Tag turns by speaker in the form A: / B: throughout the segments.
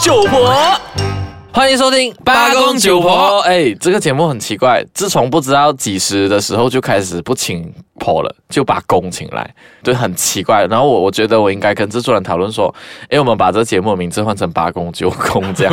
A: 九婆。
B: 欢迎收听《
A: 八公九婆
B: 哎，这个节目很奇怪，自从不知道几时的时候就开始不请婆了，就把公请来，对，很奇怪。然后我我觉得我应该跟制作人讨论说，哎，我们把这节目的名字换成八公九公这 样。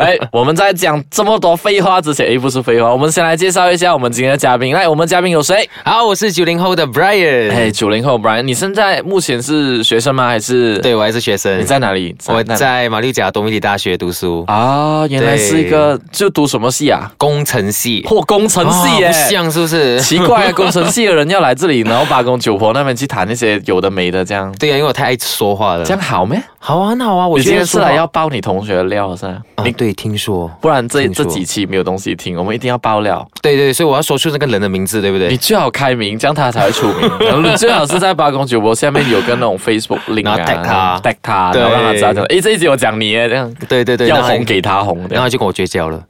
B: 哎，我们在讲这么多废话之前，哎，不是废话，我们先来介绍一下我们今天的嘉宾。来，我们嘉宾有谁？
A: 好，我是九零后的 Brian。
B: 哎，九零后 Brian，你现在目前是学生吗？还是
A: 对，我还是学
B: 你
A: 生。
B: 在哪里？
A: 我
B: 哪里
A: 在马六甲多米里大学读书，
B: 啊，原来是一个就读什么系啊？
A: 工程系。
B: 或工程系耶、
A: 哦不像是不 是？
B: 奇怪，工程系的人要来这里，然后八公九婆那边去谈那些有的没的，这样
A: 对呀、因为我太爱说话了
B: 这。样好咩？
A: 好啊，很好啊，我
B: 我今
A: 觉得
B: 天是
A: 说
B: 来
A: 话
B: 要爆你同学的料是吧？
A: 啊，
B: 你
A: 对，听说，
B: 不然这
A: 听
B: 这
A: 说
B: 几期没有东西听，我们一定要爆料。
A: 对对，所以我要说出那个人的名字，对不
B: 你
A: 对？
B: 最好开明，这样他才会 出名。然后你最好是在八公九婆下面有个那种 Facebook link
A: 然
B: 啊
A: 后 tag 他
B: ，tag 他，
A: 对
B: 然后让他知道这样。诶，这一集我讲你耶，这样
A: 对对对，
B: 要
A: 然后
B: 红给他红这
A: 然
B: 样
A: 后就跟我绝交了。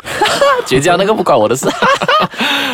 B: 绝交那个不关我的 事。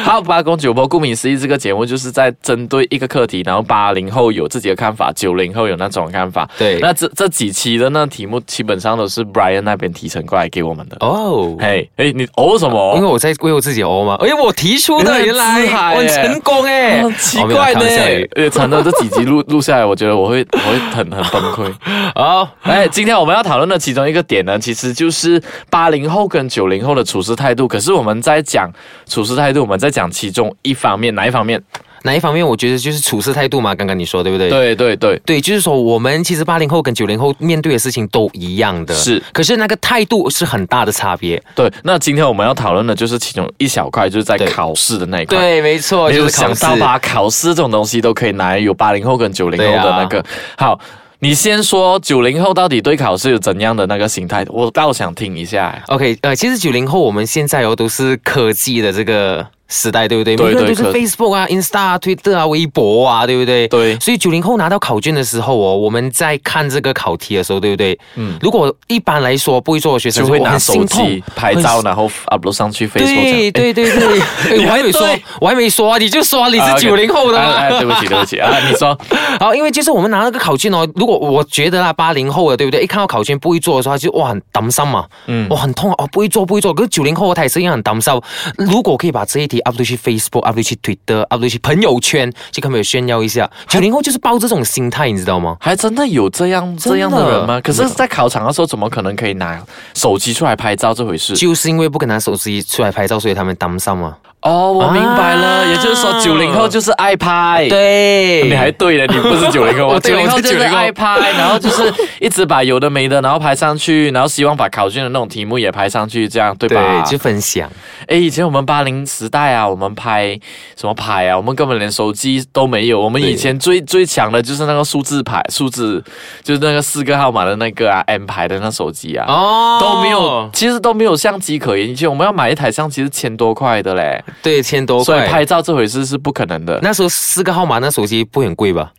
B: 好，八公九婆，顾名思义，这个节目就是在针对一个课题，然后八零后有自己的看法，九零后有那种看法。
A: 对，
B: 那这这几期的那题目基本上都是 Brian 那边提成过来给我们的。
A: 哦，
B: 嘿，哎，你哦什
A: 因为
B: 么？
A: 我在为我自己哦嘛，哎，我提出的，
B: 你很
A: 原来
B: 自嗨
A: 我很
B: 耶
A: 成功哎，
B: 很奇怪呢
A: 哦没有开玩笑而已，
B: 呃，真的这几集录录下来，我觉得我会我会很很崩 溃。
A: 好，
B: 哎，今天我们要讨论的其中一个点呢，其实就是八零后跟九零后的处事态度。可是我们在讲处事态度，我们在讲其中一方面，哪一方面？
A: 哪一方面我觉得就是处事态度嘛，刚刚你说对不对？
B: 对对对，
A: 对，就是说我们其实八零后跟九零后面对的事情都一样的，
B: 是，
A: 可是那个态度是很大的差别。
B: 对。那今天我们要讨论的就是其中一小块，就是在
A: 对
B: 考试的那一块。
A: 对，没错，
B: 没
A: 就
B: 有
A: 是考
B: 想
A: 试
B: 到？吧？考试这种东西都可以拿来有八零后跟九零后的
A: 啊
B: 那个。好，你先说九零后到底对考试有怎样的那个心态？我倒想听一下。哎
A: OK，呃，其实九零后我们现在哦都是科技的这个时代，对不对？
B: 对
A: 每个人
B: 对
A: 都是
B: 科
A: Facebook 啊、Insta 啊、Twitter 啊、微博啊，对不对？
B: 对
A: 所以九零后拿到考卷的时候哦，我们在看这个考题的时候，对不对？嗯。如果一般来说不会做的学生
B: 就会
A: 说我
B: 拿
A: 很
B: 手
A: 心痛
B: 机拍照，然后 upload 上去 Facebook
A: 对对对 对，哎我还没说
B: 对，
A: 我还没说啊，哎你就说你
B: 这样。
A: 是九零后的
B: 啊
A: 嘛。
B: ，OK 啊啊对不起，对不起啊！你说，
A: 好，因为就是我们拿那个考卷哦，如果我觉得啦，八零后的啊对不对？一看到考卷不会做的时候，他就哇很担心嘛，嗯，哇很痛啊，哦不会做不会做。可是九零后他也是一样很担心。啊如果可以把这一题 upload 去 Facebook，upload 去 Twitter，upload 去朋友圈，去跟朋友炫耀一下，九零后就是抱着这种心态，你知道吗？
B: 还真的有这样
A: 真的
B: 这样的人吗？可是，在考场的时候，怎么可能可以拿手机出来拍照这回事？
A: 就是因为不肯拿手机出来拍照，所以他们担心啊嘛。
B: 哦，我明白了，
A: 啊
B: 也就是说，九零后就是爱拍。
A: 对，
B: 你哎还对了，你不是九零后，
A: 我
B: 我
A: 对
B: 九零
A: 我
B: 后
A: 是
B: 就是
A: 90后
B: 爱拍，然 后就是一直把有的没的，然后拍上去，然后希望把考卷的那种题目也拍上去，这样对吧
A: 对，？就分享。
B: 哎，以前我们八零时代啊，我们拍什么拍啊？我们根本连手机都没有。我们以前最最强的就是那个数字牌，数字就是那个四个号码的那个啊，M 牌的那手机啊。
A: 哦
B: 都没有，，其实都没有相机可言。以前我们要买一台相机是千多块的嘞，
A: 对，千多
B: 所以
A: 块。
B: 拍照这回事是不可能的。
A: 那时候四个号码，那手机不会很贵吧？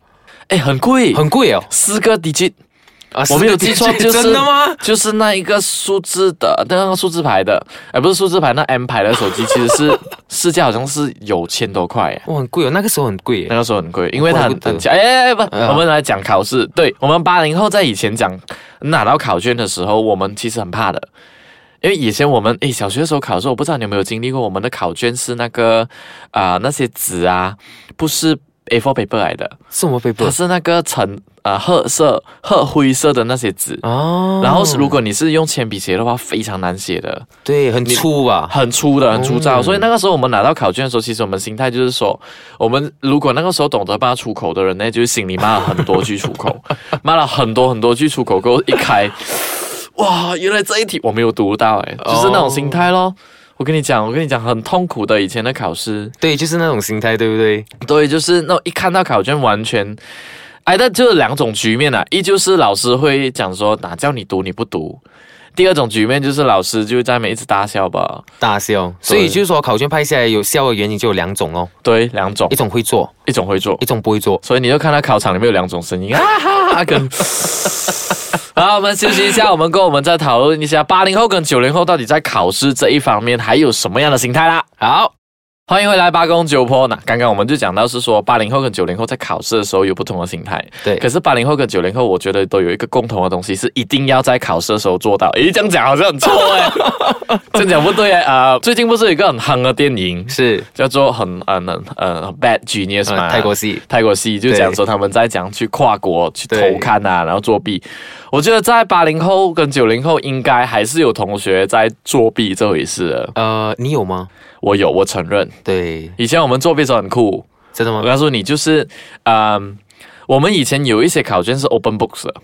B: 哎，很贵，
A: 很贵哦。
B: 四个 digit
A: 啊
B: 我没有记错，就是
A: 真的吗？
B: 就是那一个数字的，那个数字牌的，哎，不是数字牌，那 M 牌的手机其实 是市价好像是有千多块耶。
A: 哇，很贵哦，那个时候很贵耶
B: 那。个时候很贵，因为它
A: 怪
B: 很
A: 不得
B: 很强。哎哎哎，不，
A: 哎呀
B: 我们来讲考试。对我们八零后在以前讲拿到考卷的时候，我们其实很怕的，因为以前我们诶小学的时候考试，我不知道你有没有经历过，我们的考卷是那个啊、那些纸啊，不是 A4 paper 来的，
A: 什么被
B: 它
A: b
B: 是那个橙呃褐色褐灰色的那些纸。
A: 哦
B: 然后是，如果你是用铅笔写的话，非常难写的，
A: 对，很粗吧？
B: 很粗的，很粗糙。
A: 嗯
B: 所以那个时候我们拿到考卷的时候，其实我们心态就是说，我们如果那个时候懂得骂出口的人呢，就是心里骂了很多句出口，骂了很多很多句出口，给我一开，哇，原来这一题我没有读到、欸，哎，就是那种心态咯。我跟你讲，我跟你讲，很痛苦的以前的考试，
A: 对，就是那种心态，对不对？
B: 对，就是那种一看到考卷完全。哎，那就是两种局面啊，一就是老师会讲说哪叫你读你不读，第二种局面就是老师就在那边一直大笑吧。
A: 大笑，所以就是说考卷拍下来有笑的原因就有两种哦，
B: 对，两种
A: 一，种会做，
B: 一种会做，
A: 一种不会做。
B: 所以你就看到考场里面有两种声音啊哈哈 跟。好，我们休息一下，我们跟我们再讨论一下八零后跟九零后到底在考试这一方面还有什么样的心态啦。
A: 好，
B: 欢迎回来八公九婆。那刚刚我们就讲到是说，八零后跟九零后在考试的时候有不同的心态。
A: 对
B: 可是八零后跟九零后，我觉得都有一个共同的东西，是一定要在考试的时候做到。诶，这样讲好像很 错
A: 哎
B: 诶，这样讲不对诶。啊、最近不是有一个很夯的电影，
A: 是
B: 叫做很嗯很嗯很 Bad Genius 嘛、
A: 呃泰国戏
B: 泰国戏就讲说他们在讲去跨国去
A: 对
B: 偷看啊，然后作弊。我觉得在八零后跟九零后应该还是有同学在作弊这回事的。
A: 呃，你有吗？
B: 我有，我承认。
A: 对，
B: 以前我们作弊的时候很酷，
A: 真的
B: 我
A: 吗？
B: 告诉你，就是嗯，我们以前有一些考卷是 open books 的，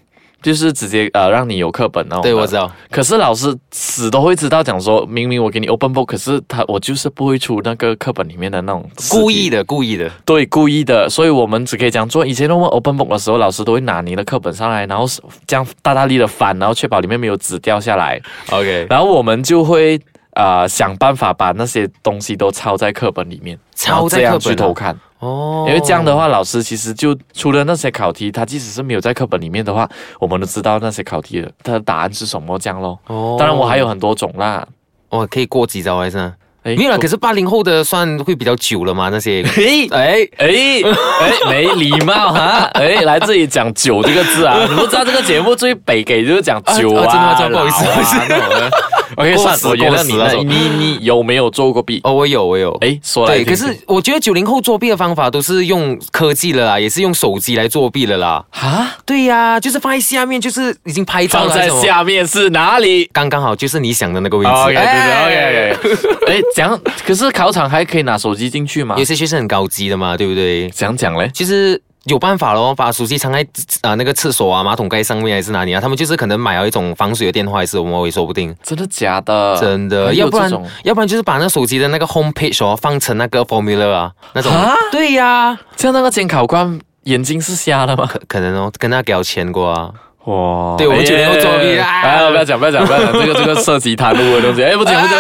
B: 就是直接呃让你有课本哦。
A: 对，我知。道，
B: 可是老师死都会知道，讲说明明我给你 open book，可是他我就是不会出那个课本里面的那种
A: 故意
B: 的，
A: 的，故意的，
B: 对，故意的，所以我们只可以这样做。以前我们 open book 的时候，老师都会拿你的课本上来，然后这样大大力的翻，然后确保里面没有纸掉下来。
A: OK，
B: 然后我们就会呃想办法把那些东西都抄在课本里面，
A: 抄在
B: 然
A: 课
B: 后
A: 本啊
B: 这样去偷看。
A: 哦
B: 因为这样的话，老师其实就出了那些考题，他即使是没有在课本里面的话，我们都知道那些考题的它的答案是什么，这样咯。
A: 哦
B: 当然，我还有很多种啦。
A: 我可以过几招还是啊？
B: 哎
A: 没有啦，
B: 我。
A: 可是八零后的算会比较久了嘛，那些
B: 嘿，
A: 哎，
B: 哎哎，没礼貌哈！哎，来这里讲“酒”这个字 啊，你不知道这个节目最北给就是讲“酒”
A: 啊
B: 啊，
A: 啊真的吗真的不好意思
B: 老啊
A: 不好意思
B: 那种的 OK，
A: 过
B: 算
A: 时
B: 了，我原谅你
A: 过时啊那
B: 了。
A: 种
B: 你你有没有做过弊？
A: 哦，我有，我有。
B: 哎，说来
A: 对，
B: 听听。
A: 可是我觉得九零后作弊的方法都是用科技了啦，也是用手机来作弊了啦。
B: 啊，
A: 对呀、就是放在下面，就是已经拍照
B: 放
A: 了还
B: 在
A: 是什么，
B: 下面是哪里？
A: 刚刚好就是你想的那个位置。
B: OK，对对
A: 哎
B: OK，OK。哎，讲，可是考场还可以拿手机进去吗
A: 有？些学生很高级的嘛，对不对？
B: 讲讲嘞，
A: 其实有办法咯，把手机藏在啊、那个厕所啊、马桶盖上面还是哪里啊？他们就是可能买了一种防水的电话，还是什么也说不定。
B: 真的假的？
A: 真的，
B: 还
A: 要
B: 有
A: 不
B: 这
A: 然
B: 种
A: 要不然就是把那手机的那个 home page 哦放成那个 formula 啊那种
B: 啊。
A: 对呀、
B: 这样那个监考官眼睛是瞎了吗？
A: 可可能哦，跟他给我钱过啊。
B: 哇！
A: 对我们九零后作弊啊
B: 哎哎不要讲，不要讲，不要讲，这个这个涉及贪污的东西。哎，不行不行，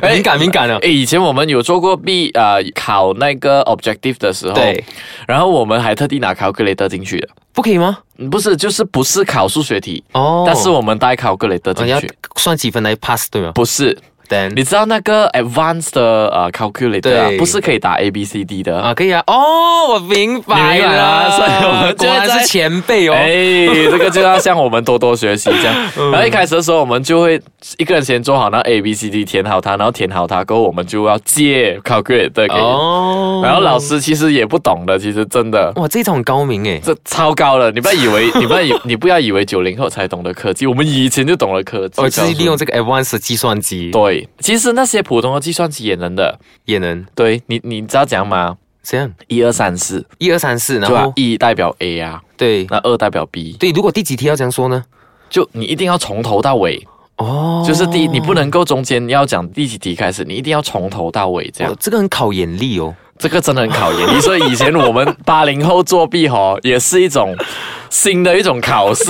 B: 不行
A: 敏。感敏感哦了
B: 哎，。以前我们有做过弊，呃，考那个 objective 的时候，
A: 对，
B: 然后我们还特地拿 calculator 进去的，
A: 不可以吗？
B: 嗯不是，就是不是考数学题，
A: 哦，
B: 但是我们带 calculator
A: 哦你
B: 进
A: 要
B: 去，
A: 算几分来 pass 对吗？
B: 不是，
A: 等
B: 你知道那个 advanced 的呃 calculator 啊
A: 对
B: 不是可以打 A B C D 的。
A: 啊，可以啊。哦，我明白
B: 你明白
A: 了，
B: 了所以我们就
A: 果
B: 会
A: 然
B: 在
A: 是前辈哦。
B: 哎， 这个就要向我们多多学习这样。
A: 嗯
B: 然后一开始的时候，我们就会一个人先做好那 A B C D 填好它，然后填好它过后，我们就要借 calculator 给。
A: 哦
B: 然后老师其实也不懂的，其实真的。
A: 哇，这种很高明哎。
B: 这超高了！你不要以 为，你不要以，你不要以为九零后才懂得科技，我们以前就懂了科技。
A: 我哦就是利
B: 告
A: 用
B: 诉
A: 这个 advanced 计算机
B: 你对，其实那些普通的计算机也能的。
A: 也能
B: 对你，你知道讲吗？
A: 这样，
B: 一二三四，
A: 一二三四，然
B: 对吧
A: 后？
B: 一代表 A 啊，
A: 对
B: 那二代表 B，
A: 对，如果第几题要这样说呢？
B: 就你一定要从头到尾，
A: 哦，
B: 就是第你不能够中间要讲第几题开始，你一定要从头到尾这样
A: 哦。这个很考眼力哦。
B: 这个真的很考验 你，所以以前我们八零后作弊吼，也是一种新的一种考 试，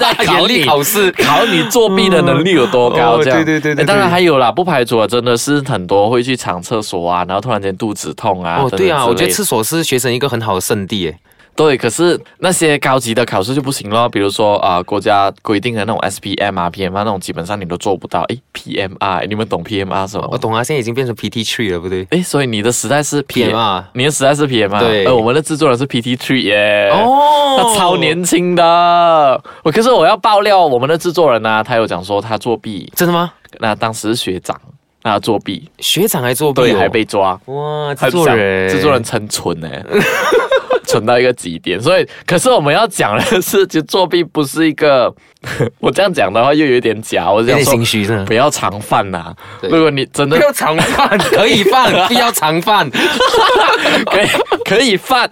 B: 在考你嗯
A: 眼力考试
B: 考你作弊的能力有多高
A: 哦
B: 这样。哎
A: 对对对对
B: 诶当然
A: 对
B: 还有啦，不排除啊真的是很多会去上厕所啊，然后突然间肚子痛啊。
A: 哦，
B: 等等
A: 对啊，
B: 之
A: 我
B: 类
A: 觉得
B: 的
A: 厕所是学生一个很好的圣地哎。
B: 对，可是那些高级的考试就不行咯，比如说啊、国家规定的那种 SPM 啊、PMR 那种，基本上你都做不到。诶 p m r 你们懂 PMR 是吗？
A: 我懂啊，现在已经变成 PT Tree 了，不对
B: 诶，所以你的时代是
A: ？PM 啊，
B: 你的时代是 PMR，
A: 对
B: 呃而我们的制作人是 PT Three 耶。
A: 哦
B: 他超年轻的，我可是我要爆料我们的制作人呢、啊他有讲说他作弊，
A: 真的吗？
B: 那当时是学长，那他作弊，
A: 学长还作弊、哦，
B: 对，还被抓，
A: 哇，制
B: 很
A: 作
B: 想
A: 人，
B: 制作人称蠢呢、 蠢到一个极点。所以，可是我们要讲的是，就作弊不是一个， 我这样讲的话又有点假，我
A: 有
B: 想
A: 点
B: 说
A: 心虚真
B: 不
A: 的。
B: 要常犯呐、
A: 对
B: 如果你真的
A: 不要常犯， 可以犯，不要常犯，
B: 可以可以犯，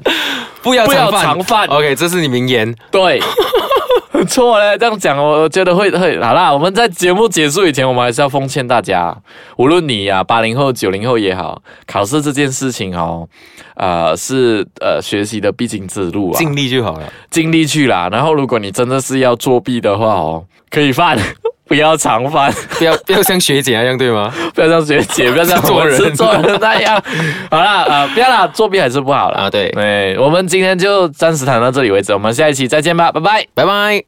A: 不要常
B: 不要
A: 犯，
B: 常犯
A: OK，这是你名言。
B: 对， 很错嘞。这样讲，我我觉得会会好啦。我们在节目结束以前，我们还是要奉劝大家，无论你呀八零后、九零后也好，考试这件事情哦，呃，是呃学习的必经之路啊，尽
A: 尽力就好了。
B: 尽力去啦。然后，如果你真的是要作弊的话哦，可以犯。 不要常犯，
A: 不要不要像学姐那样，对吗？
B: 不要像学 姐，不要像
A: 做人
B: 我们是做人那样。好啦，呃，不要啦，作弊还是不好啦。
A: 啊对
B: 对，我们今天就暂时谈到这里为止，我们下一期再见吧，拜拜。
A: 拜拜。